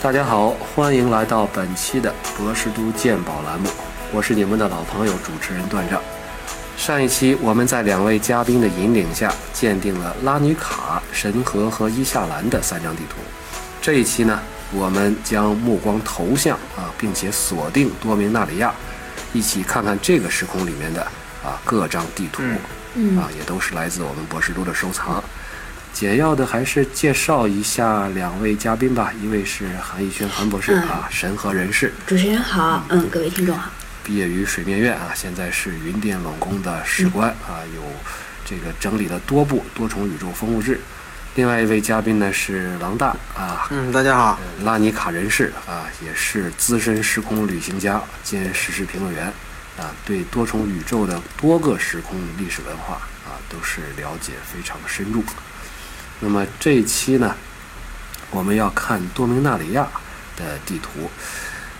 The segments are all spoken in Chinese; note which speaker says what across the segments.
Speaker 1: 大家好，欢迎来到本期的博士都鉴宝栏目，我是你们的老朋友主持人段丈。上一期我们在两位嘉宾的引领下，鉴定了拉尼卡、神河和伊夏兰的三张地图。这一期呢，我们将目光投向啊，并且锁定多明纳里亚，一起看看这个时空里面的啊各张地图。
Speaker 2: 嗯
Speaker 1: 啊，也都是来自我们博士都的收藏。简要的还是介绍一下两位嘉宾吧，一位是韩逸轩韩博士啊，神和人士，
Speaker 2: 主持人好，嗯，各位听众好，
Speaker 1: 毕业于水面院啊，现在是云电冷宫的史官啊，有这个整理了多部多重宇宙风物志。另外一位嘉宾呢是狼大啊，
Speaker 3: 嗯，大家好，
Speaker 1: 拉尼卡人士啊，也是资深时空旅行家兼时事评论员啊，对多重宇宙的多个时空历史文化啊都是了解非常深入。那么这一期呢，我们要看多明纳里亚的地图。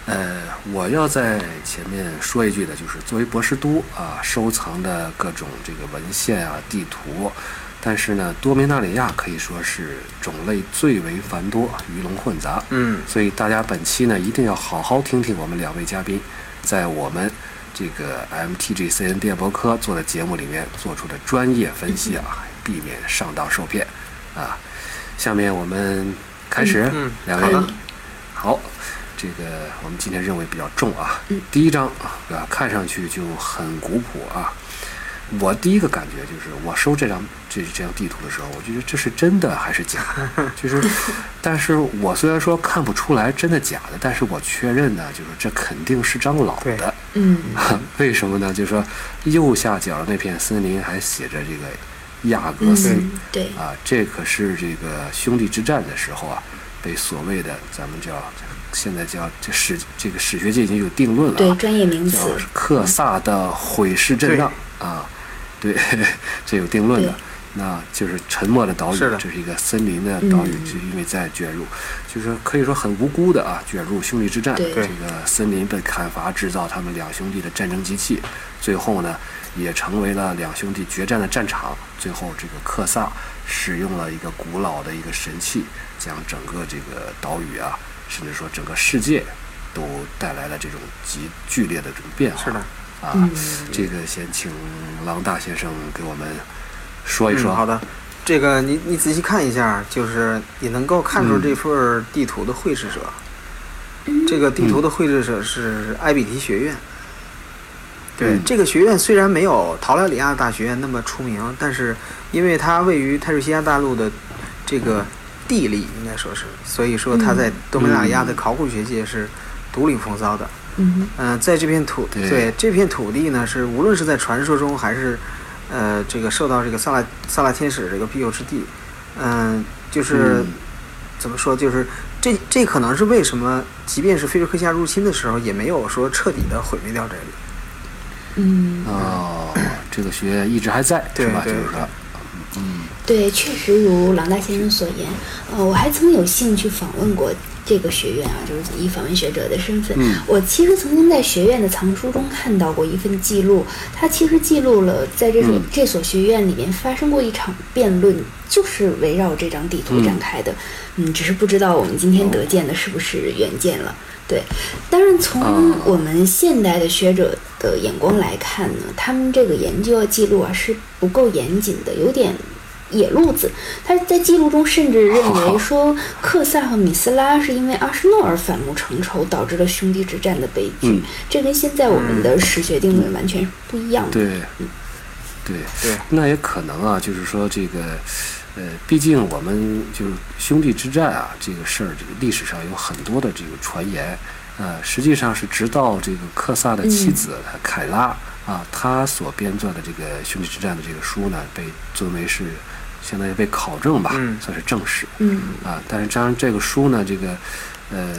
Speaker 1: 呃，我要在前面说一句的，就是作为博士都啊，收藏的各种这个文献啊、地图，但是呢，多明纳里亚可以说是种类最为繁多，鱼龙混杂。
Speaker 3: 嗯，
Speaker 1: 所以大家本期呢一定要好好听听我们两位嘉宾在我们这个 MTGCN 电博科做的节目里面做出的专业分析 啊，避免上当受骗啊。下面我们开始，
Speaker 3: 嗯嗯
Speaker 1: 两
Speaker 2: 好
Speaker 1: 位
Speaker 2: 的
Speaker 1: 好，这个我们今天任务也比较重啊
Speaker 2: 嗯。
Speaker 1: 第一章啊，看上去就很古朴啊。我第一个感觉就是，我收这张这这张地图的时候，我就觉得这是真的还是假 的？就是，但是我虽然说看不出来真的假的，但是我确认呢，就是这肯定是张老
Speaker 3: 对
Speaker 1: 的。
Speaker 2: 嗯，
Speaker 1: 为什么呢？就是说右下角那片森林还写着这个亚格斯
Speaker 2: 嗯，对，
Speaker 1: 啊，这可是这个兄弟之战的时候啊，被所谓的咱们叫现在叫这史这个史学界已经有定论了、
Speaker 2: 对，
Speaker 1: 啊，
Speaker 2: 专业名
Speaker 1: 叫
Speaker 2: 词，
Speaker 1: 克萨的毁尸震荡啊，对， 这有定论的
Speaker 2: 对。
Speaker 1: 那就是沉没的岛屿，
Speaker 3: 是的
Speaker 1: 这是一个森林的岛屿
Speaker 2: 嗯，
Speaker 1: 是因为在卷入，就是可以说很无辜的啊，卷入兄弟之战。
Speaker 2: 对
Speaker 1: 这个森林被砍伐，制造他们两兄弟的战争机器，最后呢，也成为了两兄弟决战的战场。最后，这个克萨使用了一个古老的一个神器，将整个这个岛屿啊，甚至说整个世界，都带来了这种极剧烈的这种变化。
Speaker 3: 是的，
Speaker 1: 啊，
Speaker 2: 嗯
Speaker 1: 这个先请郎大先生给我们说一说。
Speaker 3: 嗯好的，这个你你仔细看一下，就是你能够
Speaker 1: 嗯
Speaker 3: 看出这份地图的绘制者，这个地图
Speaker 1: 嗯
Speaker 3: 的绘制者是埃比提学院。对，
Speaker 1: 嗯
Speaker 3: 这个学院虽然没有陶拉里亚大学院那么出名，但是因为它位于泰瑞西亚大陆的这个地理，应该说是，所以说它在多美纳里亚
Speaker 1: 嗯
Speaker 3: 的考古学界是独领风骚的。
Speaker 2: 嗯
Speaker 3: 嗯、在这片土
Speaker 1: 对
Speaker 3: 这片土地呢，是无论是在传说中还是，呃，这个受到这个萨拉萨拉天使这个庇佑之地，嗯、就是、
Speaker 1: 嗯
Speaker 3: 怎么说，就是这这可能是为什么，即便是菲利克夏入侵的时候，也没有说彻底的毁灭掉这里。
Speaker 2: 嗯，
Speaker 1: 哦，这个学院一直还在，
Speaker 3: 对
Speaker 1: 是吧？
Speaker 3: 对
Speaker 1: 就是说，
Speaker 2: 对，确实如郎大先生所言，呃，我还曾有幸去访问过这个学院啊，就是以访问学者的身份。
Speaker 1: 嗯
Speaker 2: 我其实曾经在学院的藏书中看到过一份记录，它其实记录了在这所、
Speaker 1: 嗯
Speaker 2: 这所学院里面发生过一场辩论，就是围绕这张地图
Speaker 1: 嗯
Speaker 2: 展开的。嗯只是不知道我们今天得见的是不是原件了。对，当然从
Speaker 1: 啊
Speaker 2: 我们现代的学者的眼光来看呢，他们这个研究记录啊是不够严谨的，有点野路子。他在记录中甚至认为说，克萨和米斯拉是因为阿什诺尔反目成仇导致了兄弟之战的悲剧，
Speaker 1: 嗯
Speaker 2: 这跟现在我们的史学定论完全是不一样的。
Speaker 1: 对，对，
Speaker 3: 对，
Speaker 1: 那也可能啊，就是说这个，呃，毕竟我们就是兄弟之战啊，这个事儿，这个历史上有很多的这个传言，呃，实际上是直到这个克萨的妻子凯拉、啊，她所编撰的这个兄弟之战的这个书呢，被尊为是相当于被考证吧，
Speaker 3: 嗯
Speaker 1: 算是正史。
Speaker 2: 嗯
Speaker 1: 啊，但是当然这个书呢，这个呃，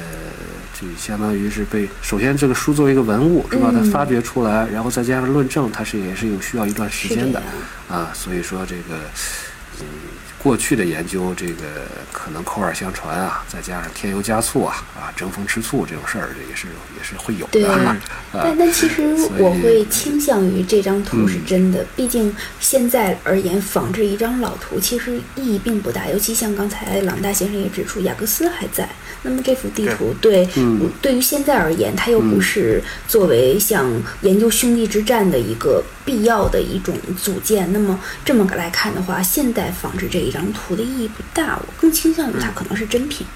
Speaker 1: 这相当于是被首先这个书作为一个文物是吧？它
Speaker 2: 嗯
Speaker 1: 发掘出来，然后再加上论证，它是也是有需要一段时
Speaker 2: 是这
Speaker 1: 间的
Speaker 2: 样
Speaker 1: 啊，所以说这个嗯，过去的研究，这个可能口耳相传啊，再加上添油加醋啊，啊，争风吃醋这种事儿也是也是会有
Speaker 2: 对
Speaker 1: 的、
Speaker 3: 嗯
Speaker 1: 啊。
Speaker 2: 但但其实
Speaker 1: 所以
Speaker 2: 我会倾向于这张图是
Speaker 1: 嗯
Speaker 2: 真的，毕竟现在而言，仿制一张老图其实意义并不大。尤其像刚才朗大先生也指出，雅各斯还在，那么这幅地图对
Speaker 1: 嗯
Speaker 2: 对于现在而言，它又不是作为像研究兄弟之战的一个必要的一种组件。那么这么来看的话，现代仿制这一张图的意义不大，我更倾向于
Speaker 1: 嗯
Speaker 2: 它可能是真品。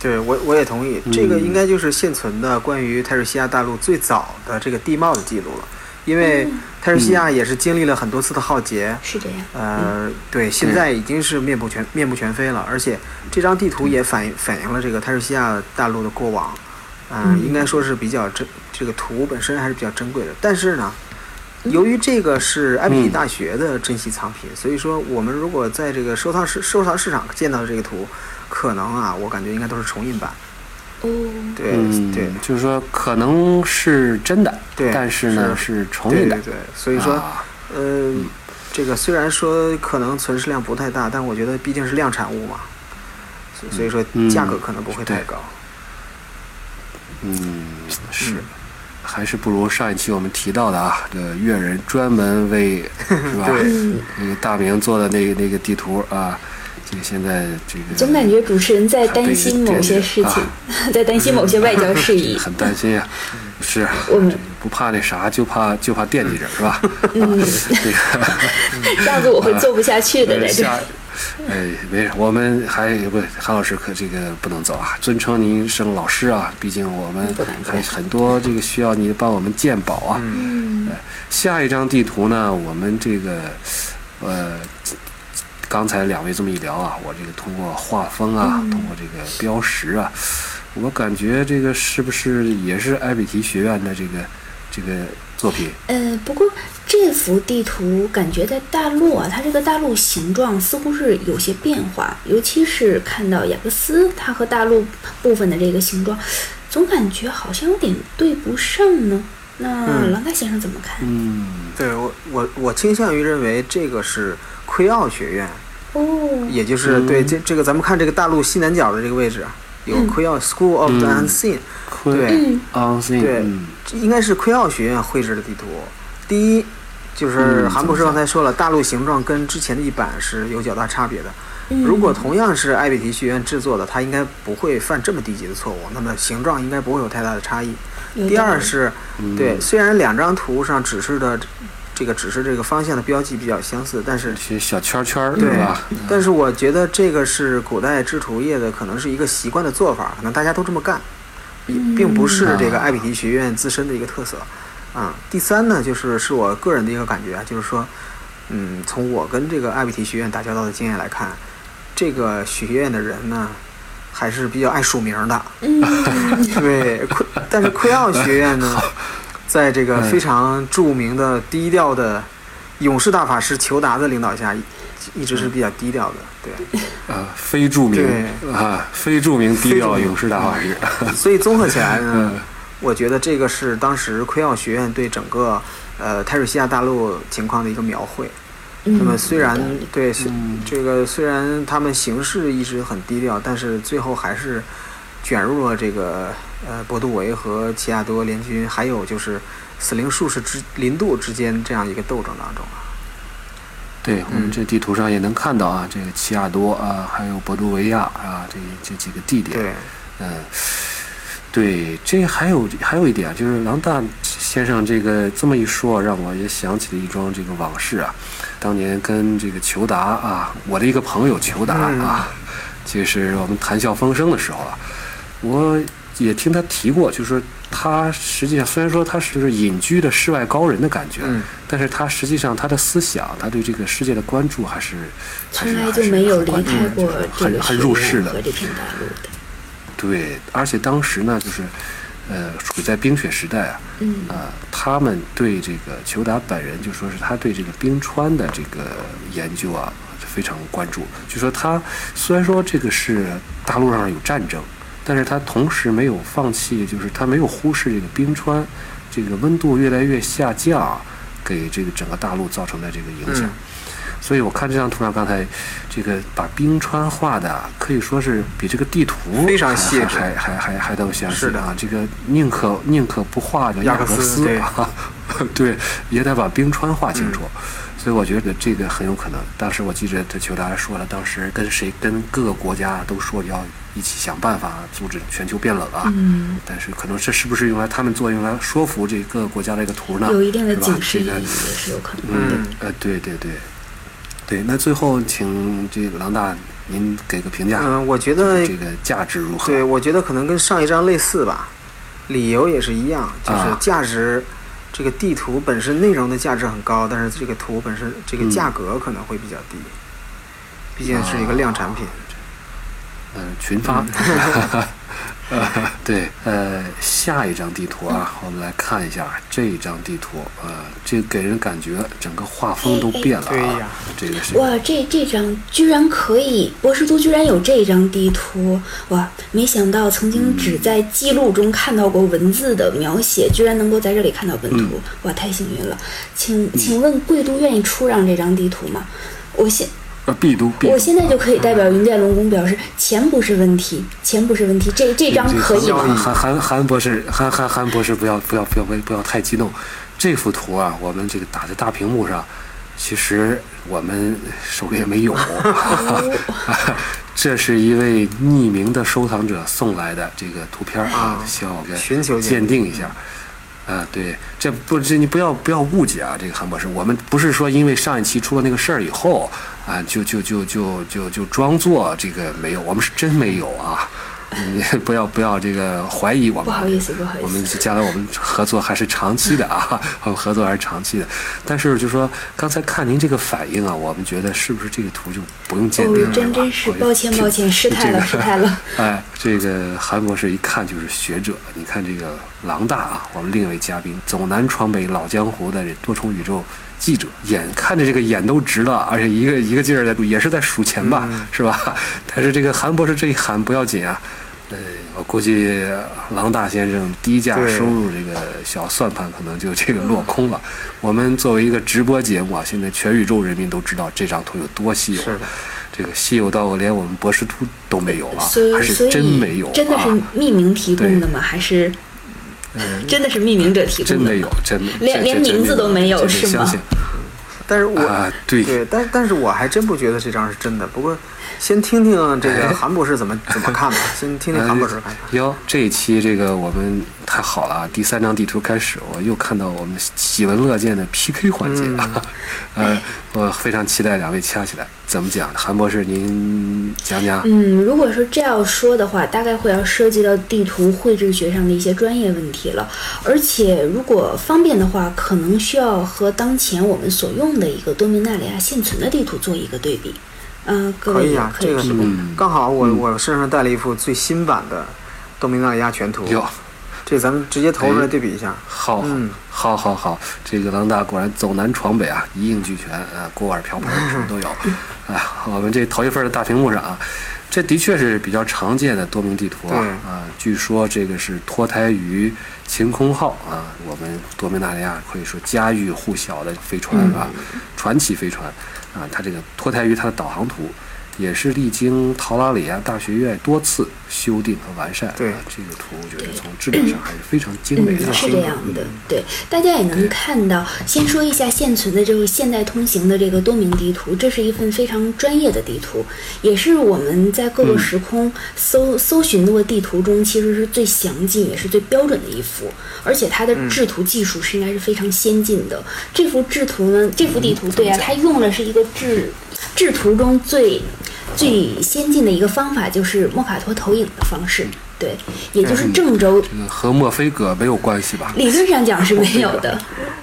Speaker 3: 对我我也同意，这个应该就是现存的关于泰瑞西亚大陆最早的这个地貌的记录了，因为
Speaker 1: 嗯
Speaker 3: 泰瑞西亚也是经历了很多次的浩劫，
Speaker 2: 是这样，
Speaker 3: 呃，对，现在已经是面目全面目全非了，而且这张地图也反反映了这个泰瑞西亚大陆的过往，呃、
Speaker 2: 嗯
Speaker 3: 应该说是比较珍，这个图本身还是比较珍贵的。但是呢，
Speaker 1: 嗯
Speaker 3: 由于这个是埃米里大学的珍稀藏品，所以说我们如果在这个收藏市收藏市场见到的这个图，可能啊，我感觉应该都是重印版。
Speaker 2: 哦，
Speaker 3: 对、
Speaker 1: 嗯，
Speaker 3: 对
Speaker 1: 就是说可能是真的，
Speaker 3: 对
Speaker 1: 但是呢是重
Speaker 3: 对
Speaker 1: 印的
Speaker 3: 对。对，所以说、
Speaker 1: 啊
Speaker 3: 呃，这个虽然说可能存世量不太大，但我觉得毕竟是量产物嘛，所所以说
Speaker 1: 嗯
Speaker 3: 价格可能不会太高。
Speaker 1: 嗯，是
Speaker 3: 嗯，
Speaker 1: 还是不如上一期我们提到的啊，这越人专门为是吧？
Speaker 3: 对
Speaker 2: 嗯。
Speaker 1: 那个大明做的那个那个地图啊，这个现在这个
Speaker 2: 总感觉主持人在担心某些事情， 在担心某些外交事 宜。
Speaker 1: 很担心啊，是啊
Speaker 2: 我们
Speaker 1: 不怕那啥，就怕就怕惦记人是 吧？
Speaker 2: 嗯，
Speaker 1: 这个。
Speaker 2: 这样子我会做不下去的，
Speaker 1: 呃
Speaker 2: 在这
Speaker 1: 下，哎，没事，我们还不韩老师可这个不能走啊，尊称您声老师啊，毕竟我们
Speaker 2: 不敢不敢
Speaker 1: 还很多这个需要您帮我们鉴宝啊。
Speaker 3: 嗯
Speaker 2: 嗯
Speaker 1: 下一张地图呢，我们这个呃，刚才两位这么一聊啊，我这个通过画风啊，通过这个标识啊，我感觉这个是不是也是埃比提学院的这个这个作品？
Speaker 2: 呃，不过这幅地图感觉在大陆啊，它这个大陆形状似乎是有些变化，尤其是看到雅各斯它和大陆部分的这个形状，总感觉好像有点对不上呢。那
Speaker 3: 嗯
Speaker 2: 郎大先生怎么看？
Speaker 1: 嗯，
Speaker 3: 对我我我倾向于认为这个是奎奥学院，
Speaker 2: 哦，
Speaker 3: 也就是、
Speaker 1: 嗯
Speaker 3: 对这这个咱们看这个大陆西南角的这个位置啊，有
Speaker 2: 嗯
Speaker 3: 奎奥 School of the
Speaker 1: 嗯
Speaker 3: Unseen，、
Speaker 1: 昆
Speaker 3: 对
Speaker 2: 嗯
Speaker 1: 昂森，
Speaker 3: 对
Speaker 1: 嗯
Speaker 3: 这应该是奎奥学院绘制的地图。第一就是
Speaker 1: 嗯
Speaker 3: 韩博士
Speaker 1: 怎么
Speaker 3: 刚才说了，大陆形状跟之前的一版是有较大差别的。
Speaker 2: 嗯
Speaker 3: 如果同样是艾比提学院制作的，它应该不会犯这么低级的错误，那么形状应该不会有太大的差异。
Speaker 2: 有
Speaker 3: 第
Speaker 2: 道
Speaker 3: 二
Speaker 2: 理
Speaker 3: 是，
Speaker 1: 嗯
Speaker 3: 对，虽然两张图上指示的这个指示这个方向的标记比较相似，但是
Speaker 1: 些小圈圈儿
Speaker 3: 对
Speaker 1: 是吧？
Speaker 3: 但是我觉得这个是古代制图业的可能是一个习惯的做法，可能大家都这么干，也并不是这个
Speaker 1: 啊
Speaker 3: 艾比提学院自身的一个特色。啊、第三呢，就是是我个人的一个感觉啊，就是说，嗯，从我跟这个艾比提学院打交道的经验来看，这个学院的人呢，还是比较爱署名的。
Speaker 2: 嗯，
Speaker 3: 对，奎但是奎奥学院呢，在这个非常著名的低调的勇士大法师裘达的领导下，一一直是比较低调的。对，
Speaker 1: 呃，非著名
Speaker 3: 对
Speaker 1: 啊，非著名低调
Speaker 3: 非著名
Speaker 1: 勇士大法师，
Speaker 3: 所以综合起来呢
Speaker 1: 嗯，
Speaker 3: 我觉得这个是当时奎奥学院对整个呃泰瑞西亚大陆情况的一个描绘。那
Speaker 2: 那
Speaker 3: 么虽然对是
Speaker 1: 嗯
Speaker 3: 这个虽然他们行事一直很低调，但是最后还是卷入了这个呃博杜维和齐亚多联军，还有就是死灵术士之林度之间这样一个斗争当中啊。
Speaker 1: 对我们这地图上也能看到啊，这个奇亚多啊，还有博多维亚啊，这这几个地点，
Speaker 3: 对，
Speaker 1: 嗯，对，这还有还有一点啊就是郎大先生这个这么一说，让我也想起了一桩这个往事啊，当年跟这个裘达啊，我的一个朋友裘达啊，
Speaker 2: 嗯
Speaker 1: 就是我们谈笑风生的时候啊，我也听他提过，就是说他实际上虽然说他是隐居的世外高人的感觉，
Speaker 3: 嗯
Speaker 1: 但是他实际上他的思想，他对这个世界的关注还是还
Speaker 2: 从
Speaker 1: 是
Speaker 2: 来
Speaker 1: 还
Speaker 2: 就是没有
Speaker 1: 很
Speaker 2: 离
Speaker 1: 关注
Speaker 2: 开
Speaker 1: 的
Speaker 2: 过
Speaker 1: 就是
Speaker 2: 这
Speaker 1: 很
Speaker 2: 个
Speaker 1: 很入世
Speaker 2: 世界
Speaker 1: 的
Speaker 2: 和，这片大陆的。
Speaker 1: 对，而且当时呢，就是呃处在冰雪时代啊，
Speaker 2: 嗯
Speaker 1: 呃，他们对这个裘达本人就说是他对这个冰川的这个研究啊非常关注。就说他虽然说这个是大陆上有战争，但是他同时没有放弃，就是他没有忽视这个冰川这个温度越来越下降啊给这个整个大陆造成的这个影响。所以我看这张图上，刚才这个把冰川画的啊可以说是比这个地图
Speaker 3: 非常
Speaker 1: 还
Speaker 3: 细致
Speaker 1: 还还还还都详细
Speaker 3: 是的
Speaker 1: 啊。这个宁可宁可不画的
Speaker 3: 雅
Speaker 1: 克
Speaker 3: 克斯对嗯
Speaker 1: 啊， 对，也得把冰川画清楚。所以我觉得这个很有可能。当时我记着，这邱达说了，当时跟谁跟各个国家都说要一起想办法阻止全球变冷啊。
Speaker 2: 嗯，
Speaker 1: 但是可能这是不是用来他们做用来说服这各个国家的一个图呢？
Speaker 2: 有一定的
Speaker 1: 是吧
Speaker 2: 警示意
Speaker 1: 这
Speaker 2: 义
Speaker 1: 个
Speaker 2: 也是有可能的。
Speaker 1: 嗯
Speaker 3: 嗯，
Speaker 1: 呃，对对对，对。那最后请这个郎大您给个评价，
Speaker 3: 嗯，我觉
Speaker 1: 这
Speaker 3: 得
Speaker 1: 个这个价值如何？
Speaker 3: 对，我觉得可能跟上一张类似吧，理由也是一样，就是
Speaker 1: 啊
Speaker 3: 价值，这个地图本身内容的价值很高，但是这个图本身这个
Speaker 1: 嗯
Speaker 3: 价格可能会比较低，毕竟是一个量产品。
Speaker 1: 呃，群发。呃， 对，呃，下一张地图啊，我们来看一下这一张地图，呃，这给人感觉整个画风都变了啊，
Speaker 3: 对呀
Speaker 1: 这个是
Speaker 2: 哇，这这张居然可以，博士都居然有这张地图，哇！没想到曾经只
Speaker 1: 嗯
Speaker 2: 在记录中看到过文字的描写，居然能够在这里看到本图，
Speaker 1: 嗯
Speaker 2: 哇，太幸运了！请请问贵都愿意出让这张地图吗？我现
Speaker 1: 呃必都必都，
Speaker 2: 我现在就可以代表
Speaker 1: 嗯
Speaker 2: 云剑龙宫表示，钱不是问题，钱不是问题，这这张可以
Speaker 1: 韩
Speaker 2: 吗？
Speaker 1: 韩韩韩博士，韩韩韩博士，不要不要不要不要不要太激动。这幅图啊，我们这个打在大屏幕上，其实我们手里也没有。
Speaker 2: 哦
Speaker 1: 这是一位匿名的收藏者送来的这个图片啊
Speaker 3: 啊，
Speaker 1: 希望我给
Speaker 3: 寻求鉴
Speaker 1: 鉴定一下。啊，对，这不这你不要不要误解啊，这个韩博士，我们不是说因为上一期出了那个事儿以后啊，就就就就就就装作这个没有，我们是真没有啊，你 不要不要这个怀疑我们啊。
Speaker 2: 不好意思不好意思
Speaker 1: 我们将来我们合作还是长期的啊， 我们合作还是长期的。但是就说刚才看您这个反应啊，我们觉得是不是这个图就不用鉴定了？
Speaker 2: 哦，真
Speaker 1: 吧
Speaker 2: 真是
Speaker 1: 我觉得
Speaker 2: 抱歉
Speaker 1: 挺
Speaker 2: 抱歉，失态了
Speaker 1: 这个
Speaker 2: 失态 了，
Speaker 1: 哎，这个韩博士一看就是学者。你看这个郎大啊，我们另一位嘉宾，走南闯北老江湖的多重宇宙记者，眼看着这个眼都直了，而且一个一 个劲儿的也是在数钱吧，
Speaker 3: 嗯
Speaker 1: 是吧？但是这个韩博士这一喊不要紧啊。呃，我估计郎大先生低价
Speaker 3: 对
Speaker 1: 收入这个小算盘可能就这个落空了。我们作为一个直播节目啊，现在全宇宙人民都知道这张图有多稀有
Speaker 3: 是的，
Speaker 1: 这个稀有到连我们博士图都没有啊。
Speaker 2: 所以
Speaker 1: 还
Speaker 2: 所
Speaker 1: 是
Speaker 2: 以
Speaker 1: 真没有、啊，
Speaker 2: 真的是匿名提供的吗？还是真的是匿名者提
Speaker 1: 呃真
Speaker 2: 供的
Speaker 1: 没
Speaker 2: 吗
Speaker 1: 有，真的
Speaker 2: 连
Speaker 1: 这
Speaker 2: 连
Speaker 1: 这真
Speaker 2: 名字都没有
Speaker 1: 这这
Speaker 2: 是吗
Speaker 1: 相信
Speaker 3: 但是我、
Speaker 1: 啊，对，
Speaker 3: 对，但但是我还真不觉得这张是真的。不过，先听听这个
Speaker 1: 哎
Speaker 3: 韩博士怎么怎么看吧，先听听韩博士看看。
Speaker 1: 哟，这一期这个我们太好了啊！第三张地图开始，我又看到我们喜闻乐见的 PK 环节
Speaker 2: 嗯
Speaker 1: 啊，呃，我非常期待两位掐起来，怎么讲？韩博士，您讲讲。
Speaker 2: 嗯，如果说这样说的话，大概会要涉及到地图绘制学上的一些专业问题了。而且，如果方便的话，可能需要和当前我们所用的一个多明纳里亚现存的地图做一个对比。嗯、各
Speaker 3: 可
Speaker 2: 位
Speaker 3: 以
Speaker 2: 也
Speaker 3: 啊，
Speaker 2: 可
Speaker 3: 这
Speaker 2: 以
Speaker 3: 个
Speaker 2: 提
Speaker 3: 是
Speaker 2: 供。
Speaker 1: 嗯
Speaker 3: 刚好我、我身上带了一幅最新版的《东明纳里亚全图》，
Speaker 1: 哟，
Speaker 3: 这咱们直接投出来对比一下。
Speaker 1: 好，
Speaker 3: 嗯
Speaker 1: 好，好，好，这个郎大果然走南闯北啊，一应俱全啊，锅碗瓢盆什么都有啊。我们这头一份的大屏幕上啊，这的确是比较常见的多明地图啊
Speaker 3: 对
Speaker 1: 啊，据说这个是脱胎于晴空号啊，我们多明纳利亚可以说家喻户晓的飞船啊，传奇飞船啊，它这个脱胎于它的导航图。也是历经陶拉里亚大学院多次修订和完善，
Speaker 3: 对
Speaker 1: 啊、这个图我觉得从质量上还是非常精美的
Speaker 2: 嗯，
Speaker 1: 啊。
Speaker 2: 是这样的，对，大家也能看到。先说一下现存的这个现代通行的这个多明地图，这是一份非常专业的地图，也是我们在各
Speaker 1: 嗯
Speaker 2: 个时空搜、搜寻到的地图中，其实是最详尽也是最标准的一幅，而且它的
Speaker 1: 嗯
Speaker 2: 制图技术是应该是非常先进的。这幅制图呢，这幅地
Speaker 1: 嗯
Speaker 2: 图，对啊，它用的是一个制制图中最最先进的一个方法，就是莫卡托投影的方式。对，也
Speaker 1: 嗯
Speaker 2: 就是郑州
Speaker 1: 这个和墨菲哥没有关系吧？
Speaker 2: 理论上讲是没有的。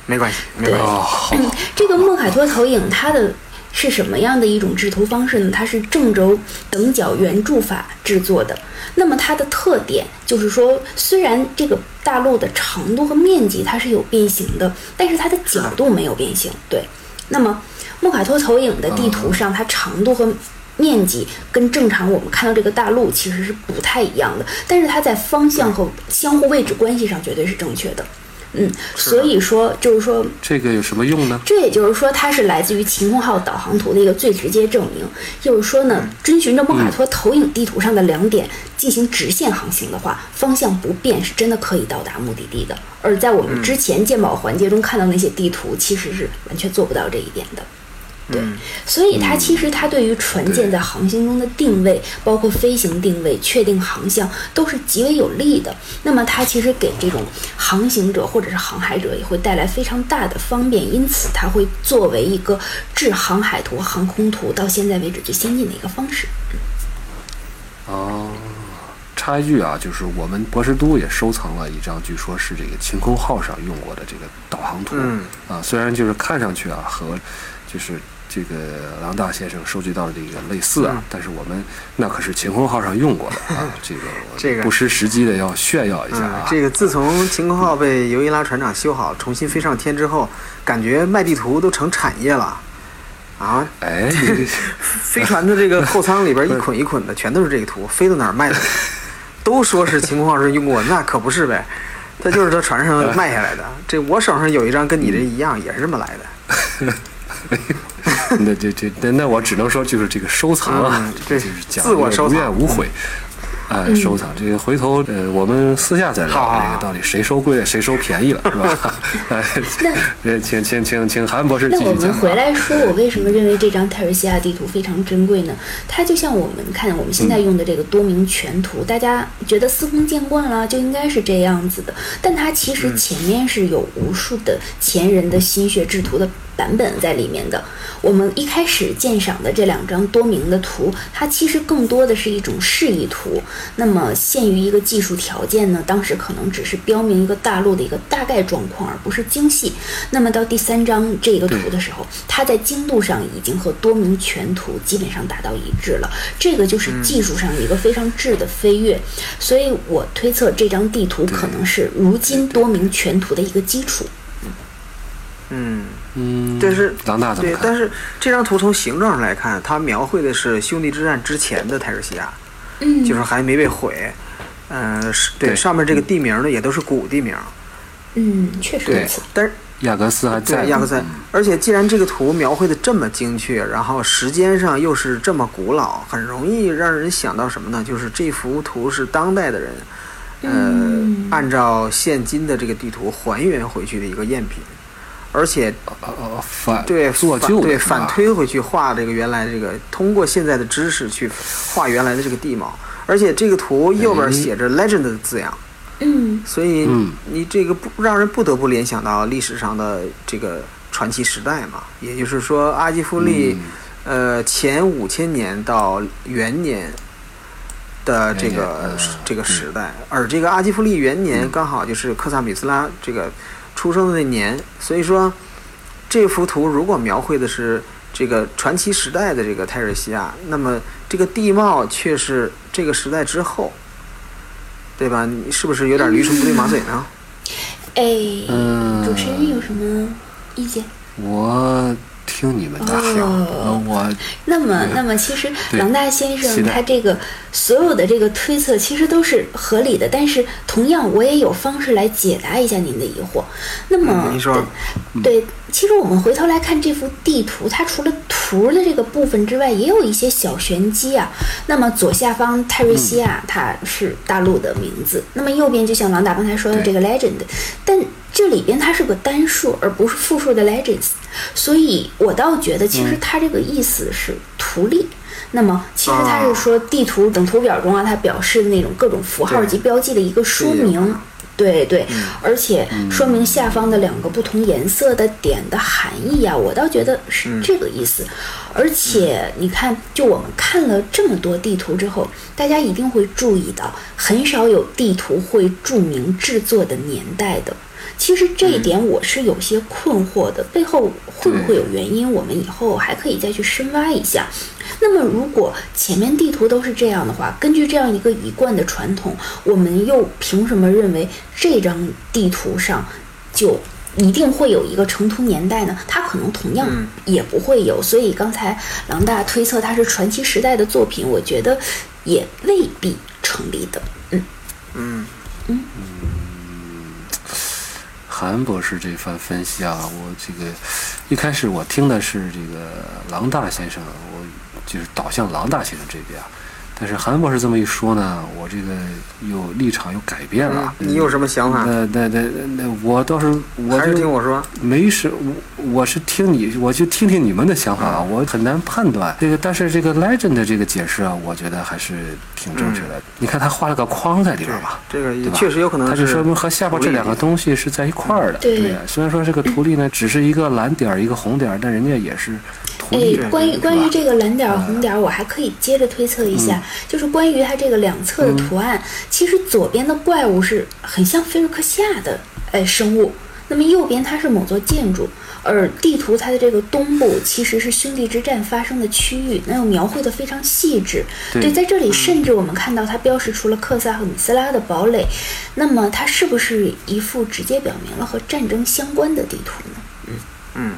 Speaker 3: 没关系，没关系。
Speaker 1: 哦，好，
Speaker 2: 这个莫卡托投影它的是什么样的一种制图方式呢？它是郑州等角圆柱法制作的。那么它的特点就是说，虽然这个大陆的长度和面积它是有变形的，但是它的角度没有变形。对，那么莫卡托投影的地图上，它长度和面积跟正常我们看到这个大陆其实是不太一样的，但是它在方向和相互位置关系上绝对是正确的。嗯，
Speaker 3: 是
Speaker 2: 所
Speaker 3: 的
Speaker 2: 以说就是说
Speaker 1: 这个有什么用呢？
Speaker 2: 这也就是说，它是来自于晴空号导航图的一个最直接证明。就是说呢，遵循着莫卡托投影地图上的两点进行直线航行的话，方向不变是真的可以到达目的地的。而在我们之前鉴宝环节中看到那些地图，其实是完全做不到这一点的。对
Speaker 3: 嗯，
Speaker 2: 所以它其实它对于船舰在航行中的定位，包括飞行定位、确定航向，都是极为有利的。那么它其实给这种航行者或者是航海者也会带来非常大的方便，因此它会作为一个制航海图、航空图到现在为止最先进的一个方式。
Speaker 1: 哦，插一句啊，就是我们博士都也收藏了一张，据说是这个晴空号上用过的这个导航图。
Speaker 3: 嗯
Speaker 1: 啊，虽然就是看上去啊和就是这个郎大先生收集到的这个类似啊，
Speaker 3: 嗯
Speaker 1: 但是我们那可是晴空号上用过的啊，这个我
Speaker 3: 这个
Speaker 1: 不失时机的要炫耀一下
Speaker 3: 嗯
Speaker 1: 啊，。
Speaker 3: 这个自从晴空号被尤伊拉船长修好，重新飞上天之后，感觉卖地图都成产业了。啊，
Speaker 1: 哎，你
Speaker 3: 飞船的这个后舱里边一捆一捆的，全都是这个图，飞到哪儿卖 到哪儿。都说是晴空号是用过，那可不是呗，它就是他船上 卖下来的。这我手上有一张跟你这一样，也是这么来的。
Speaker 1: 那这这那那我只能说就是这个收藏啊，
Speaker 3: 嗯
Speaker 1: 这
Speaker 3: 这
Speaker 1: 就是讲
Speaker 3: 自我收藏嗯
Speaker 1: 无怨无悔。哎，收藏这个回头呃，我们私下再
Speaker 3: 好
Speaker 1: 聊
Speaker 3: 好
Speaker 1: 这
Speaker 3: 好
Speaker 1: 个到底谁收贵谁收便宜了，是 吧？哎，这请请请请韩博士继
Speaker 2: 那
Speaker 1: 续
Speaker 2: 我
Speaker 1: 讲
Speaker 2: 们
Speaker 1: 啊。
Speaker 2: 回来说，我为什么认为这张泰尔西亚地图非常珍贵呢？它就像我们看我们现在
Speaker 1: 嗯
Speaker 2: 用的这个多明全图，大家觉得司空见惯了，就应该是这样子的。但它其实
Speaker 1: 嗯
Speaker 2: 前面是有无数的前人的心血制图的版本在里面的。我们一开始鉴赏的这两张多明的图，它其实更多的是一种示意图。那么限于一个技术条件呢，当时可能只是标明一个大陆的一个大概状况，而不是精细。那么到第三张这个图的时候，它在精度上已经和多明全图基本上达到一致了，这个
Speaker 3: 嗯
Speaker 2: 就是技术上一个非常质的飞跃。所以我推测这张地图可能是如今多明全图的一个基础。
Speaker 3: 嗯，
Speaker 1: 嗯，
Speaker 3: 但是
Speaker 1: 郎大怎么
Speaker 3: 对，
Speaker 1: 看
Speaker 3: 但？是这张图从形状上来看，它描绘的是兄弟之战之前的泰尔西亚。
Speaker 2: 嗯
Speaker 3: 就是还没被毁。嗯，是对，
Speaker 1: 对
Speaker 3: 上面这个地名呢，也都是古地名。
Speaker 2: 嗯，确实如
Speaker 1: 对
Speaker 2: 此。
Speaker 3: 但是
Speaker 1: 亚格斯还在
Speaker 3: 对
Speaker 1: 吗
Speaker 3: 亚克塞
Speaker 1: 嗯，
Speaker 3: 而且既然这个图描绘的这么精确，然后时间上又是这么古老，很容易让人想到什么呢？就是这幅图是当代的人，
Speaker 2: 嗯
Speaker 3: 呃，按照现今的这个地图还原回去的一个赝品，而且
Speaker 1: 哦哦反
Speaker 3: 对
Speaker 1: 做
Speaker 3: 反
Speaker 1: 旧的
Speaker 3: 对
Speaker 1: 是吧
Speaker 3: 反推回去画这个原来这个，通过现在的知识去画原来的这个地貌，而且这个图右边
Speaker 1: 哎
Speaker 3: 写着 “legend” 的字样，
Speaker 2: 嗯
Speaker 3: 所以
Speaker 1: 嗯
Speaker 3: 你这个不让人不得不联想到历史上的这个传奇时代嘛，也就是说阿基夫
Speaker 1: 嗯
Speaker 3: 利，呃，前五千年到元年的这
Speaker 1: 元
Speaker 3: 个
Speaker 1: 年嗯
Speaker 3: 这个时代，而这个阿基夫利元年刚好就是克萨米斯拉这个出生的那年，所以说这幅图如果描绘的是这个传奇时代的这个泰瑞西亚，那么这个地貌却是这个时代之后，对吧？你是不是有点驴唇不对马嘴呢？
Speaker 2: 哎，
Speaker 1: 嗯
Speaker 2: 主持人有什么意见？
Speaker 1: 我听你们的，呃
Speaker 2: 哦
Speaker 1: 我
Speaker 2: 那么，那么其实
Speaker 1: 对
Speaker 2: 郎大先
Speaker 1: 期
Speaker 2: 生
Speaker 1: 待
Speaker 2: 他这个所有的这个推测其实都是合理的，但是同样我也有方式来解答一下您的疑惑。那么，
Speaker 3: 嗯您说
Speaker 2: 对，其实我们回头来看这幅地图，它除了图的这个部分之外，也有一些小玄机啊。那么左下方泰瑞西
Speaker 3: 嗯
Speaker 2: 亚，它是大陆的名字；那么右边就像郎大刚才说的这
Speaker 1: 对
Speaker 2: 个 legend，但这里边它是个单数，而不是复数的 legends，所以我倒觉得
Speaker 3: 嗯
Speaker 2: 其实它这个意思是图例。那么其实
Speaker 3: 啊
Speaker 2: 它是说地图等图表中啊，它表示的那种各种符号
Speaker 3: 对
Speaker 2: 及标记的一个说明。对对，而且说明下方的两个不同颜色的点的含义啊，我倒觉得是这个意思。嗯而且你看，就我们看了这么多地图之后，大家一定会注意到，很少有地图会注明制作的年代的。其实这一点我是有些困惑的，背后会不会有原因？我们以后还可以再去深挖一下。那么，如果前面地图都是这样的话，根据这样一个一贯的传统，我们又凭什么认为这张地图上就一定会有一个成图年代呢？它可能同样
Speaker 3: 嗯
Speaker 2: 也不会有。所以刚才郎大推测它是传奇时代的作品，我觉得也未必嗯成立的。嗯，
Speaker 3: 嗯，
Speaker 1: 韩博士这番分析啊，我这个一开始我听的是这个郎大先生，我就是导向郎大先生这边啊。但是韩博士这么一说呢，我这个又立场又改变了。
Speaker 3: 嗯你有什么想法？
Speaker 1: 那那那那我倒是我
Speaker 3: 还是听
Speaker 1: 就
Speaker 3: 我说。
Speaker 1: 没什我我是听你，我就听听你们的想法，啊
Speaker 3: 嗯
Speaker 1: 我很难判断这个。但是这个 legend 的这个解释啊，我觉得还是挺正确
Speaker 3: 嗯
Speaker 1: 的。你看他画了个框在里边吧，
Speaker 3: 这个也
Speaker 1: 对吧
Speaker 3: 确实有可能
Speaker 1: 它
Speaker 3: 是
Speaker 1: 就说明和下巴这两个东西是在一块儿的。
Speaker 2: 对
Speaker 1: 呀虽然说这个图例呢，只是一个蓝点儿一个红点儿，但人家也是图例。
Speaker 2: 哎，关于
Speaker 1: 是吧
Speaker 2: 关于这个蓝点儿红点儿，我还可以接着推测一
Speaker 1: 嗯
Speaker 2: 下，就是关于它这个两侧的图案，其实左边的怪物是很像菲瑞克夏的哎生物，那么右边它是某座建筑，而地图它的这个东部其实是兄弟之战发生的区域，那又描绘的非常细致。
Speaker 1: 对
Speaker 2: 对，在这里甚至我们看到它标示出了克萨和米斯拉的堡垒，那么它是不是一幅直接表明了和战争相关的地图 呢？
Speaker 3: 嗯，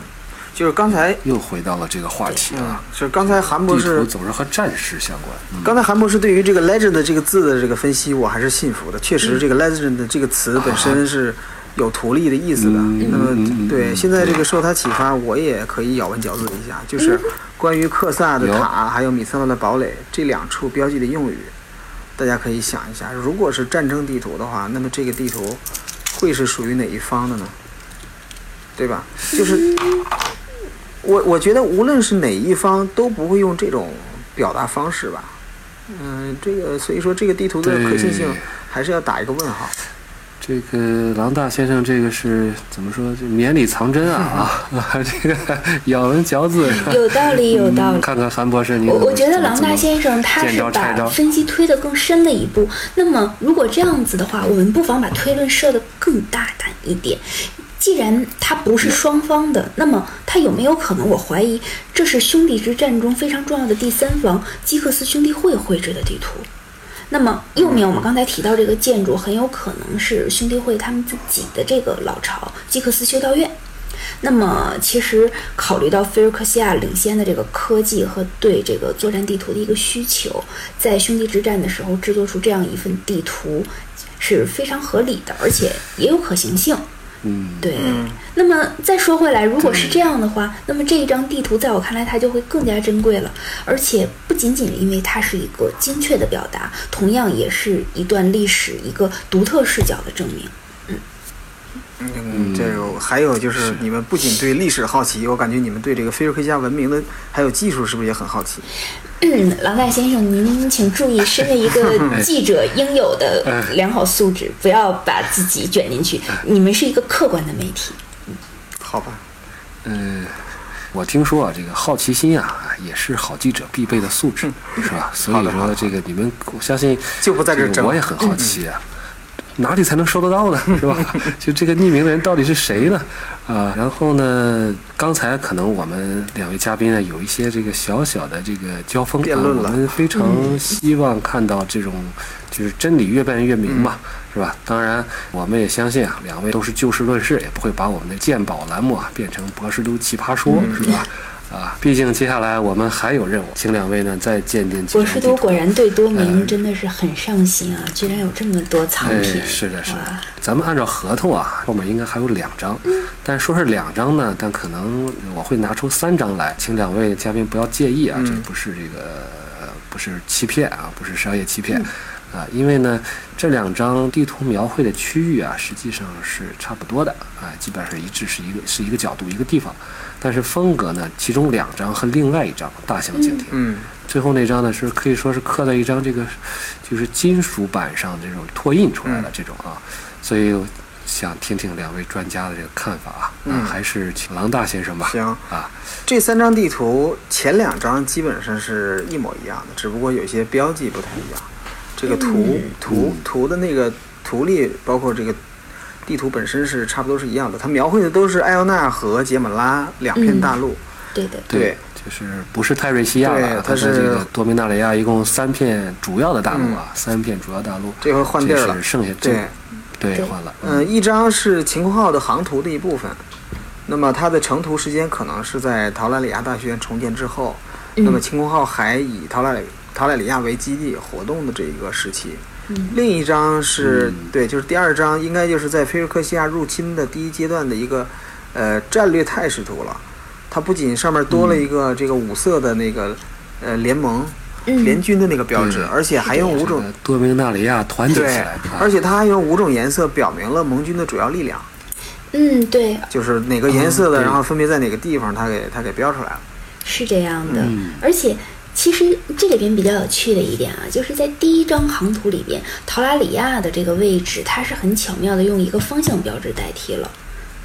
Speaker 3: 就是刚才
Speaker 1: 又回到了这个话题
Speaker 3: 嗯
Speaker 1: 啊，，
Speaker 3: 就是刚才韩博
Speaker 1: 地图
Speaker 3: 士，
Speaker 1: 总是和战事相关。嗯
Speaker 3: 刚才韩博士对于这个 legend 这个字的这个分析，我还是信服的。确
Speaker 1: 嗯
Speaker 3: 实，这个 legend 这个词本身是有图例的意思的。
Speaker 1: 嗯
Speaker 3: 那
Speaker 1: 嗯嗯
Speaker 3: 么，对
Speaker 1: 嗯
Speaker 3: 现在这个受他启发，我也可以咬文嚼字一下，就是关于克萨的
Speaker 1: 有
Speaker 3: 塔还有米塞拉的堡垒这两处标记的用语，大家可以想一下，如果是战争地图的话，那么这个地图会是属于哪一方的呢？对吧？就是我我觉得无论是哪一方都不会用这种表达方式吧。嗯，这个所以说这个地图的可信性
Speaker 1: 对
Speaker 3: 还是要打一个问号。
Speaker 1: 这个郎大先生，这个是怎么说？这绵里藏针啊啊！ 这个咬文嚼字。是吧
Speaker 2: 有道理，有道理
Speaker 1: 嗯。看看韩博士，你
Speaker 2: 我
Speaker 1: 怎么
Speaker 2: 我觉得
Speaker 1: 怎么
Speaker 2: 郎
Speaker 1: 怎
Speaker 2: 大
Speaker 1: 么
Speaker 2: 先生他
Speaker 1: 见
Speaker 2: 是
Speaker 1: 招拆
Speaker 2: 把
Speaker 1: 招
Speaker 2: 分析推得更深了一步。那么如果这样子的话，我们不妨把推论设得更大胆一点。既然它不是双方的，那么它有没有可能？我怀疑这是兄弟之战中非常重要的第三方基克斯兄弟会绘制的地图。那么右面我们刚才提到这个建筑，很有可能是兄弟会他们自己的这个老巢基克斯修道院。那么，其实考虑到菲尔克西亚领先的这个科技和对这个作战地图的一个需求，在兄弟之战的时候制作出这样一份地图是非常合理的，而且也有可行性。
Speaker 1: 嗯，
Speaker 2: 对。那么再说回来，如果是这样的话，那么这一张地图在我看来它就会更加珍贵了，而且不仅仅因为它是一个精确的表达，同样也是一段历史一个独特视角的证明。
Speaker 3: 嗯，这个还有就是你们不仅对历史好奇，我感觉你们对这个菲尔克家文明的还有技术是不是也很好奇？
Speaker 2: 嗯， 郎大先生，您请注意，身为一个记者应有的良好素质，不要把自己卷进去。你们是一个客观的媒体，
Speaker 3: 好吧，
Speaker 1: 呃，我听说啊，这个好奇心啊，也是好记者必备的素质，是吧？所
Speaker 3: 嗯好
Speaker 1: 以
Speaker 3: 的好
Speaker 1: 说
Speaker 3: 的
Speaker 1: 这个你们，我相信
Speaker 3: 就不在这儿
Speaker 1: 个
Speaker 3: 争
Speaker 1: 我也很好奇啊。哪里才能收得到呢？ 是吧？ 就这个匿名的人到底是谁呢？啊，然后呢，刚才可能我们两位嘉宾呢有一些这个小小的这个交锋，
Speaker 3: 辩论
Speaker 1: 啊
Speaker 3: 了
Speaker 1: 我们非常希望看到这种就是真理越辩越明嘛，
Speaker 3: 嗯
Speaker 1: 是吧？当然，我们也相信啊，两位都是就事论事，也不会把我们的鉴宝栏目啊变成博士都奇葩说，
Speaker 3: 嗯
Speaker 1: 是吧？啊，毕竟接下来我们还有任务，请两位呢再鉴定几
Speaker 2: 博
Speaker 1: 张
Speaker 2: 士
Speaker 1: 地
Speaker 2: 都
Speaker 1: 图。
Speaker 2: 果然对多名
Speaker 1: 嗯
Speaker 2: 真的是很上心啊，居然有这么多藏
Speaker 1: 哎，
Speaker 2: 品。
Speaker 1: 是的，是的
Speaker 2: 哇。
Speaker 1: 咱们按照合同啊，后面应该还有两张，
Speaker 2: 嗯
Speaker 1: 但说是两张呢，但可能我会拿出三张来，请两位嘉宾不要介意啊，这
Speaker 2: 嗯
Speaker 1: 不是这个呃不是欺骗啊，不是商业欺骗。
Speaker 2: 嗯
Speaker 1: 啊，因为呢，这两张地图描绘的区域啊，实际上是差不多的啊，基本上是一致，是一个是一个角度，一个地方。但是风格呢，其中两张和另外一张大相径庭。
Speaker 3: 嗯，
Speaker 1: 最后那张呢是可以说是刻在一张这个就是金属板上这种拓印出来的
Speaker 3: 嗯
Speaker 1: 这种啊，所以我想听听两位专家的这个看法啊，
Speaker 3: 嗯
Speaker 1: 啊还是请郎大先生吧。
Speaker 3: 行。
Speaker 1: 啊，
Speaker 3: 这三张地图前两张基本上是一模一样的，只不过有些标记不太一样。这个图图图的那个图例，包括这个地图本身是差不多是一样的，它描绘的都是艾奥纳和杰马拉两片大陆。
Speaker 2: 对的，
Speaker 3: 对，
Speaker 1: 就是不是泰瑞西亚
Speaker 3: 对
Speaker 1: 了，
Speaker 3: 它是嗯
Speaker 1: 这个多米纳里亚一共三片主要的大陆啊，三片主要大陆，
Speaker 3: 这回换地儿了
Speaker 1: 这是剩下这
Speaker 3: 对，
Speaker 1: 对
Speaker 2: 对
Speaker 1: 换了，
Speaker 3: 嗯、一张是晴空号的航图的一部分，那么它的成
Speaker 2: 嗯
Speaker 3: 图时间可能是在陶拉里亚大学重建之后。那么晴空号还以陶拉里陶赖里亚为基地活动的这一个时期。
Speaker 2: 嗯
Speaker 3: 另一章是、
Speaker 1: 嗯
Speaker 3: 对，就是第二章，应该就是在菲尔克西亚入侵的第一阶段的一个呃战略态势图了。它不仅上面多了一个这个五色的那个呃联盟联
Speaker 2: 嗯，
Speaker 3: 军的那个标志，
Speaker 1: 对
Speaker 3: 而且还用五种
Speaker 1: 这个多明纳里亚团结起
Speaker 3: 对
Speaker 1: 来，啊，
Speaker 3: 而且它还用五种颜色表明了盟军的主要力量，
Speaker 2: 嗯，对，
Speaker 3: 就是哪个颜色
Speaker 1: 嗯
Speaker 3: 的，
Speaker 1: 对
Speaker 3: 然后分别在哪个地方，它给它给标出来了。
Speaker 2: 是这样的。
Speaker 1: 嗯
Speaker 2: 而且，其实这里边比较有趣的一点啊，就是在第一张航图里边，陶拉里亚的这个位置，它是很巧妙的用一个方向标志代替了。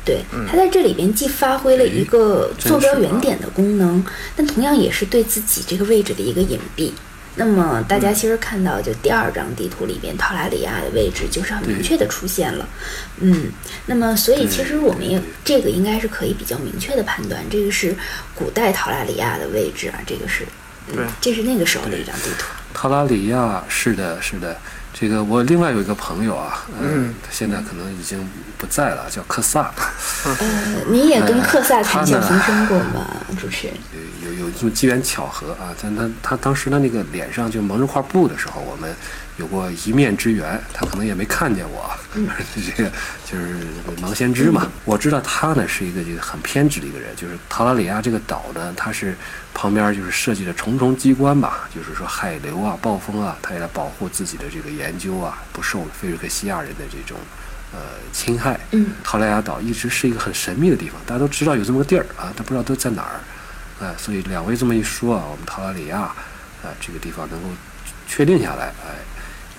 Speaker 2: 对，它在这里边既发挥了一个
Speaker 1: 真
Speaker 2: 坐标
Speaker 1: 是
Speaker 2: 原
Speaker 1: 啊
Speaker 2: 点的功能，但同样也是对自己这个位置的一个隐蔽。那么大家其实看到，就第二张地图里边，陶拉里亚的位置就是很明
Speaker 1: 对
Speaker 2: 确的出现了。嗯，那么所以其实我们也
Speaker 1: 对
Speaker 2: 这个应该是可以比较明确的判断，这个是古代陶拉里亚的位置啊，这个是，嗯
Speaker 3: 对
Speaker 2: 这是那个时候的一张地图。
Speaker 1: 塔拉里亚是的，是的。这个我另外有一个朋友啊，呃
Speaker 3: 嗯，
Speaker 1: 他现在可能已经不在了，叫克萨，
Speaker 2: 呃，你也跟
Speaker 1: 呃
Speaker 2: 克萨
Speaker 1: 他
Speaker 2: 谈笑
Speaker 1: 呢
Speaker 2: 风生过吗，主持人？
Speaker 1: 有有有这么机缘巧合啊，但他他当时的那个脸上就蒙着块布的时候，我们有过一面之缘，他可能也没看见我， 这个就是盲先知嘛。我知道他呢是一个这个很偏执的一个人，就是陶拉里亚这个岛呢，它是旁边就是设计了重重机关吧，就是说海流啊、暴风啊，它也来保护自己的这个研究啊，不受菲尔克西亚人的这种呃侵害。
Speaker 2: 嗯
Speaker 1: 陶莱亚岛一直是一个很神秘的地方，大家都知道有这么个地儿啊，但不知道都在哪儿。呃，所以两位这么一说啊，我们陶拉里亚啊、呃这个地方能够确定下来，哎，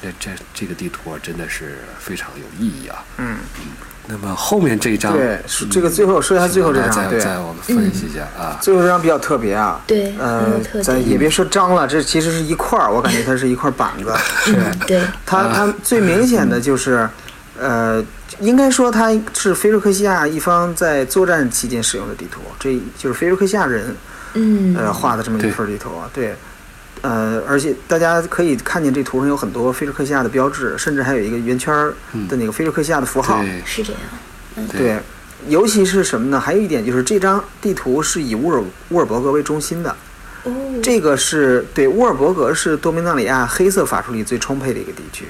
Speaker 1: 这这这个地图啊真的是非常有意义啊。
Speaker 3: 嗯，
Speaker 1: 那么后面这一章，
Speaker 3: 对，是这个最后说一
Speaker 1: 大
Speaker 3: 下
Speaker 1: 家
Speaker 3: 最后这张，
Speaker 1: 再
Speaker 3: 对，嗯
Speaker 1: 再我们分析一下啊。
Speaker 3: 最后这张比较特别啊。
Speaker 2: 对很嗯有特
Speaker 3: 呃，咱
Speaker 2: 点
Speaker 3: 也别说张了，这其实是一块儿，我感觉它是一块板子。
Speaker 2: 嗯，对，
Speaker 3: 它它最明显的就是，呃，应该说它是菲洛克西亚一方在作战期间使用的地图，这就是菲洛克西亚人
Speaker 2: 嗯，
Speaker 3: 呃画的这么一
Speaker 1: 对
Speaker 3: 份地图，啊对。呃，而且大家可以看见这图上有很多菲洛克西亚的标志，甚至还有一个圆圈儿的那个菲洛克西亚的符号。
Speaker 1: 对
Speaker 2: 是这样。
Speaker 3: 对，尤其是什么呢？还有一点就是这张地图是以乌尔乌尔伯格为中心的，
Speaker 2: 哦，
Speaker 3: 这个是对乌尔伯格是多明纳里亚黑色法术力最充沛的一个地区，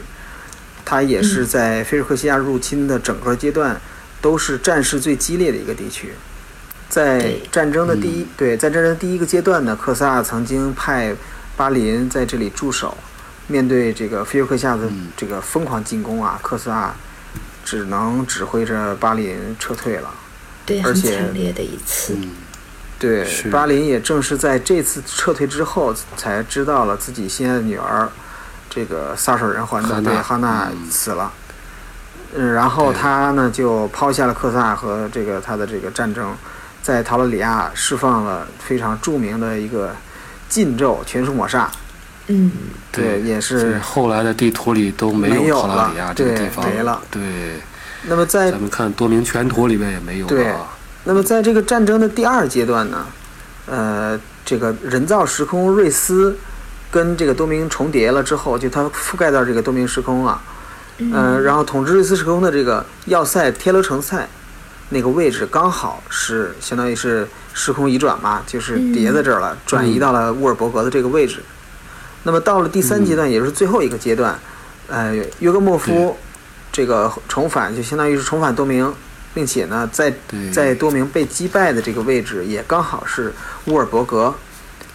Speaker 3: 它也是在菲尔克西亚入侵的整个阶段都是战事最激烈的一个地区。在
Speaker 2: 对
Speaker 3: 战争的第一、对，在战争的第一个阶段呢，克萨曾经派巴林在这里驻守，面对这个菲尔克西亚的
Speaker 1: 嗯
Speaker 3: 这个疯狂进攻啊，克萨只能指挥着巴林撤退了。
Speaker 2: 对，
Speaker 3: 而
Speaker 2: 很
Speaker 3: 且
Speaker 2: 惨烈的一次。
Speaker 1: 嗯，
Speaker 3: 对，
Speaker 1: 是
Speaker 3: 巴林也正是在这次撤退之后，才知道了自己心爱的女儿，这个撒手人寰的
Speaker 1: 哈
Speaker 3: 对
Speaker 1: 娜
Speaker 3: 哈娜
Speaker 1: 嗯
Speaker 3: 死了。嗯，然后
Speaker 1: 对
Speaker 3: 他呢就抛下了克萨和这个他的这个战争，在陶勒里亚释放了非常著名的一个禁咒全属抹杀。
Speaker 2: 嗯，
Speaker 3: 对，也
Speaker 1: 所以
Speaker 3: 是。
Speaker 1: 后来的地图里都没
Speaker 3: 没有
Speaker 1: 陶拉里
Speaker 3: 了
Speaker 1: 亚这个
Speaker 3: 对
Speaker 1: 地方，
Speaker 3: 没了
Speaker 1: 对，
Speaker 3: 那么在
Speaker 1: 咱们看多明全图里面也没有
Speaker 3: 对
Speaker 1: 啊。
Speaker 3: 那么在这个战争的第二阶段呢，呃，这个人造时空瑞斯跟这个多明重叠了之后，就它覆盖到这个多明时空啊，
Speaker 2: 嗯
Speaker 3: 呃，然后统治瑞斯时空的这个要塞天罗城塞那个位置刚好是相当于是时空移转嘛，就是叠在这儿了，转移到了沃尔伯格的这个位置。那么到了第三阶段，也就是最后一个阶段，呃，约格莫夫这个重返就相当于是重返多明，并且呢，在
Speaker 1: 对
Speaker 3: 在多明被击败的这个位置也刚好是沃尔伯格，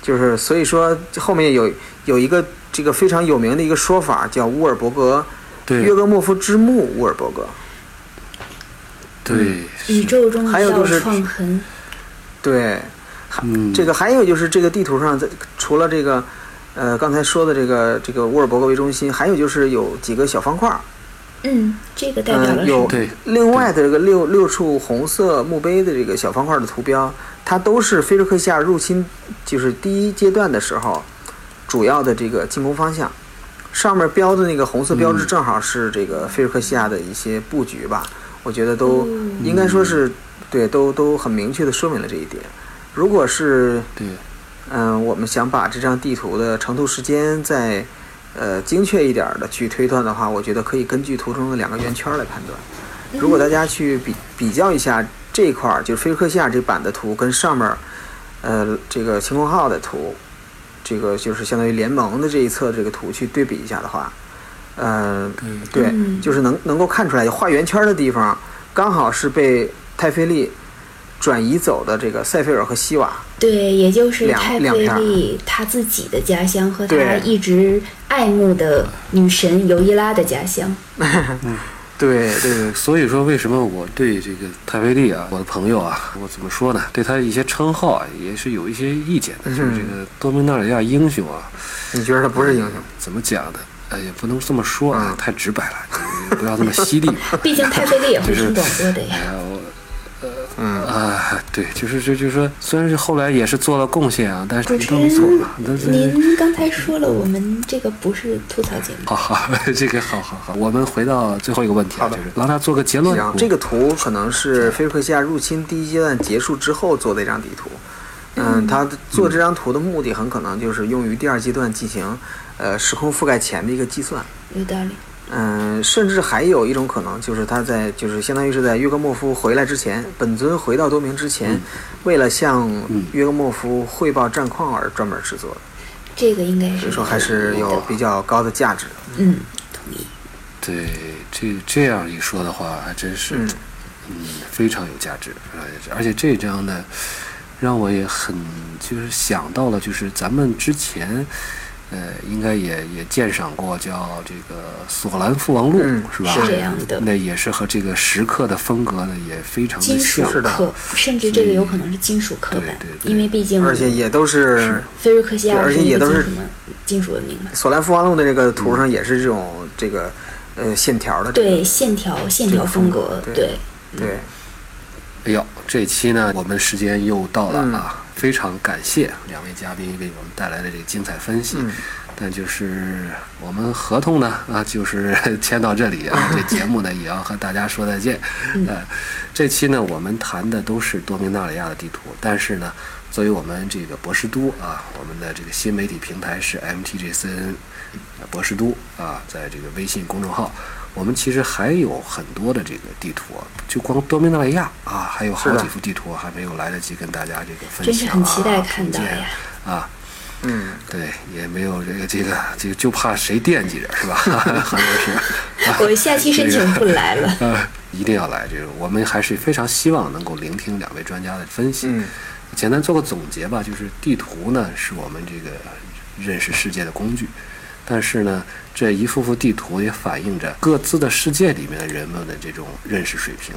Speaker 3: 就是所以说后面有有一个这个非常有名的一个说法叫沃尔伯格
Speaker 1: 对
Speaker 3: 约格莫夫之墓沃尔伯格，嗯
Speaker 1: 对，
Speaker 2: 嗯宇宙中
Speaker 3: 还
Speaker 2: 一
Speaker 3: 有就
Speaker 2: 道
Speaker 3: 是
Speaker 2: 创痕。
Speaker 3: 对，还
Speaker 1: 嗯
Speaker 3: 这个还有就是这个地图上，在除了这个，呃，刚才说的这个这个沃尔伯格为中心，还有就是有几个小方块儿，
Speaker 2: 嗯，这个代表
Speaker 3: 呃，
Speaker 2: 了什
Speaker 3: 有
Speaker 2: 么？
Speaker 1: 对
Speaker 3: 另外的这个六六处红色墓碑的这个小方块的图标，它都是菲洛克西亚入侵就是第一阶段的时候主要的这个进攻方向。上面标的那个红色标志
Speaker 1: 嗯
Speaker 3: 正好是这个菲洛克西亚的一些布局吧，我觉得都
Speaker 2: 嗯
Speaker 3: 应该说是对，都都很明确的说明了这一点。如果是
Speaker 1: 对，
Speaker 3: 嗯，我们想把这张地图的程度时间再呃精确一点的去推断的话，我觉得可以根据图中的两个圆圈来判断。如果大家去比比较一下这一块儿，就是菲克西亚这版的图跟上面儿呃这个晴空号的图，这个就是相当于联盟的这一侧这个图去对比一下的话，呃，
Speaker 1: 嗯
Speaker 3: 对，
Speaker 2: 嗯
Speaker 3: 就是能能够看出来，画圆圈的地方刚好是被泰菲利转移走的这个塞菲尔和西瓦。
Speaker 2: 对，也就是
Speaker 3: 两
Speaker 2: 泰
Speaker 3: 两
Speaker 2: 菲
Speaker 3: 片儿
Speaker 2: 利他自己的家乡和他
Speaker 3: 对
Speaker 2: 一直爱慕的女神尤伊拉的家乡。
Speaker 3: 对对对，
Speaker 1: 呃所以说，为什么我对这个泰菲利啊，我的朋友啊，我怎么说呢？对他一些称号啊，也是有一些意见的。就是这
Speaker 3: 嗯
Speaker 1: 个多明纳里亚英雄啊，
Speaker 3: 你觉得他不是英雄？
Speaker 1: 怎么讲呢？呃，也不能这么说啊
Speaker 3: 嗯，
Speaker 1: 太直白了，你不要这么犀 利嘛。
Speaker 2: 毕竟泰菲利也会听广播的
Speaker 1: 哎
Speaker 2: 呀。
Speaker 1: 呀，我
Speaker 3: 嗯，
Speaker 1: 啊，对，就是就就说，虽然是后来也是做了贡献啊，但是
Speaker 2: 主
Speaker 3: 哎
Speaker 1: 你
Speaker 2: 持
Speaker 1: 都没错
Speaker 2: 人
Speaker 1: 嘛，但，是。
Speaker 2: 嗯您刚才说了，我们这个不是吐槽节 目。
Speaker 1: 好好，这个好好好，我们回到最后一个问题啊，
Speaker 3: 好的
Speaker 1: 就是让他做个结论
Speaker 3: 行。这个图可能是菲利克西亚入侵第一阶段结束之后做的一张地图。嗯，他做这张图的目的很可能就是用于第二阶段进行，呃，时空覆盖前的一个计算。
Speaker 2: 有道理。
Speaker 3: 嗯，甚至还有一种可能，就是他在就是相当于是在约格莫夫回来之前，本尊回到多明之前，为了向约格莫夫汇报战况而专门制作的，
Speaker 2: 这个应该是
Speaker 3: 所以说还是有比较高的价值的。
Speaker 2: 嗯，同意。
Speaker 1: 对，这这样一说的话，还真是，
Speaker 3: 嗯
Speaker 1: 嗯，非常有价值。呃而且这张呢，让我也很就是想到了，就是咱们之前，呃，应该也也鉴赏过叫这个《索兰父王录》
Speaker 3: 嗯
Speaker 1: 是吧？
Speaker 2: 是这样的
Speaker 1: 那也是和这个石刻的风格呢也非
Speaker 3: 啊
Speaker 1: 常
Speaker 2: 金
Speaker 1: 的
Speaker 2: 属
Speaker 1: 像。
Speaker 3: 是的
Speaker 2: 刻，甚至这个有可能是金属刻板
Speaker 1: 对对，对
Speaker 2: 因为毕竟
Speaker 3: 而且也都嗯是
Speaker 1: 是
Speaker 2: 菲瑞克西亚
Speaker 3: 对而且
Speaker 2: 一
Speaker 3: 也
Speaker 2: 个
Speaker 3: 都
Speaker 2: 金
Speaker 3: 是
Speaker 2: 属文金属文明嘛。
Speaker 3: 索兰夫王路的这个图上也是这种这个呃线条的这个
Speaker 2: 对线条线条风格，
Speaker 3: 对
Speaker 2: 对，
Speaker 3: 对，
Speaker 1: 哎呦，这期呢，我们时间又到了
Speaker 3: 嗯
Speaker 1: 啊！非常感谢两位嘉宾为我们带来的这个精彩分析。
Speaker 3: 嗯
Speaker 1: 但就是我们合同呢啊，就是 签到这里
Speaker 3: 嗯
Speaker 1: 啊，这节目呢也要和大家说再见。呃，这期呢我们谈的都是多明纳里亚的地图，但是呢，作为我们这个博士都啊，我们的这个新媒体平台是 MTGCN 呃博士都啊，在这个微信公众号。我们其实还有很多的这个地图啊，就光多明纳里亚啊，还有好
Speaker 3: 是的
Speaker 1: 几幅地图还没有来得及跟大家这个分
Speaker 2: 真是
Speaker 1: 享啊，
Speaker 2: 很期待看
Speaker 1: 评
Speaker 2: 到
Speaker 1: 鉴
Speaker 2: 呀。
Speaker 1: 啊，
Speaker 3: 嗯，
Speaker 1: 对，也没有这个这个这个，就怕谁惦记着是 吧？韩国是，
Speaker 2: 我下 期申请不来了。
Speaker 1: 呃，一定要来。这个我们还是非常希望能够聆听两位专家的分析。
Speaker 3: 嗯
Speaker 1: 简单做个总结吧，就是地图呢是我们这个认识世界的工具，但是呢，这一幅幅地图也反映着各自的世界里面的人们的这种认识水平。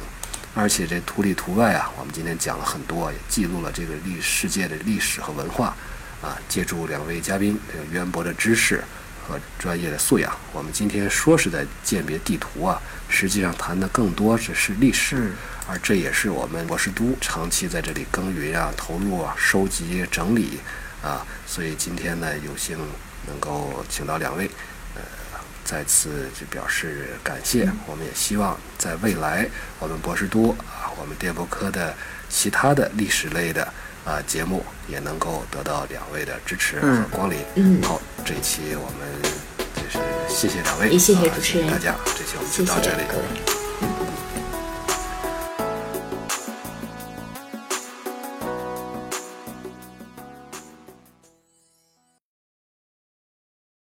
Speaker 1: 而且这图里图外啊，我们今天讲了很多，也记录了这个历世界的历史和文化，啊，借助两位嘉宾这个渊博的知识和专业的素养，我们今天说是在鉴别地图啊，实际上谈的更多只是历史，
Speaker 3: 嗯
Speaker 1: 而这也是我们博士都长期在这里耕耘啊、投入啊、收集、整理啊，所以今天呢，有幸能够请到两位，呃，再次就表示感谢。
Speaker 2: 嗯
Speaker 1: 我们也希望在未来，我们博士都啊，我们电波科的其他的历史类的啊节目也能够得到两位的支持和
Speaker 3: 嗯
Speaker 1: 光临。
Speaker 2: 嗯
Speaker 1: 好，这一期我们就是谢谢两位，
Speaker 2: 也谢谢
Speaker 1: 啊
Speaker 2: 主持人
Speaker 1: 大家，这期我们
Speaker 2: 谢
Speaker 1: 就
Speaker 2: 谢
Speaker 1: 到这里。
Speaker 2: 各位。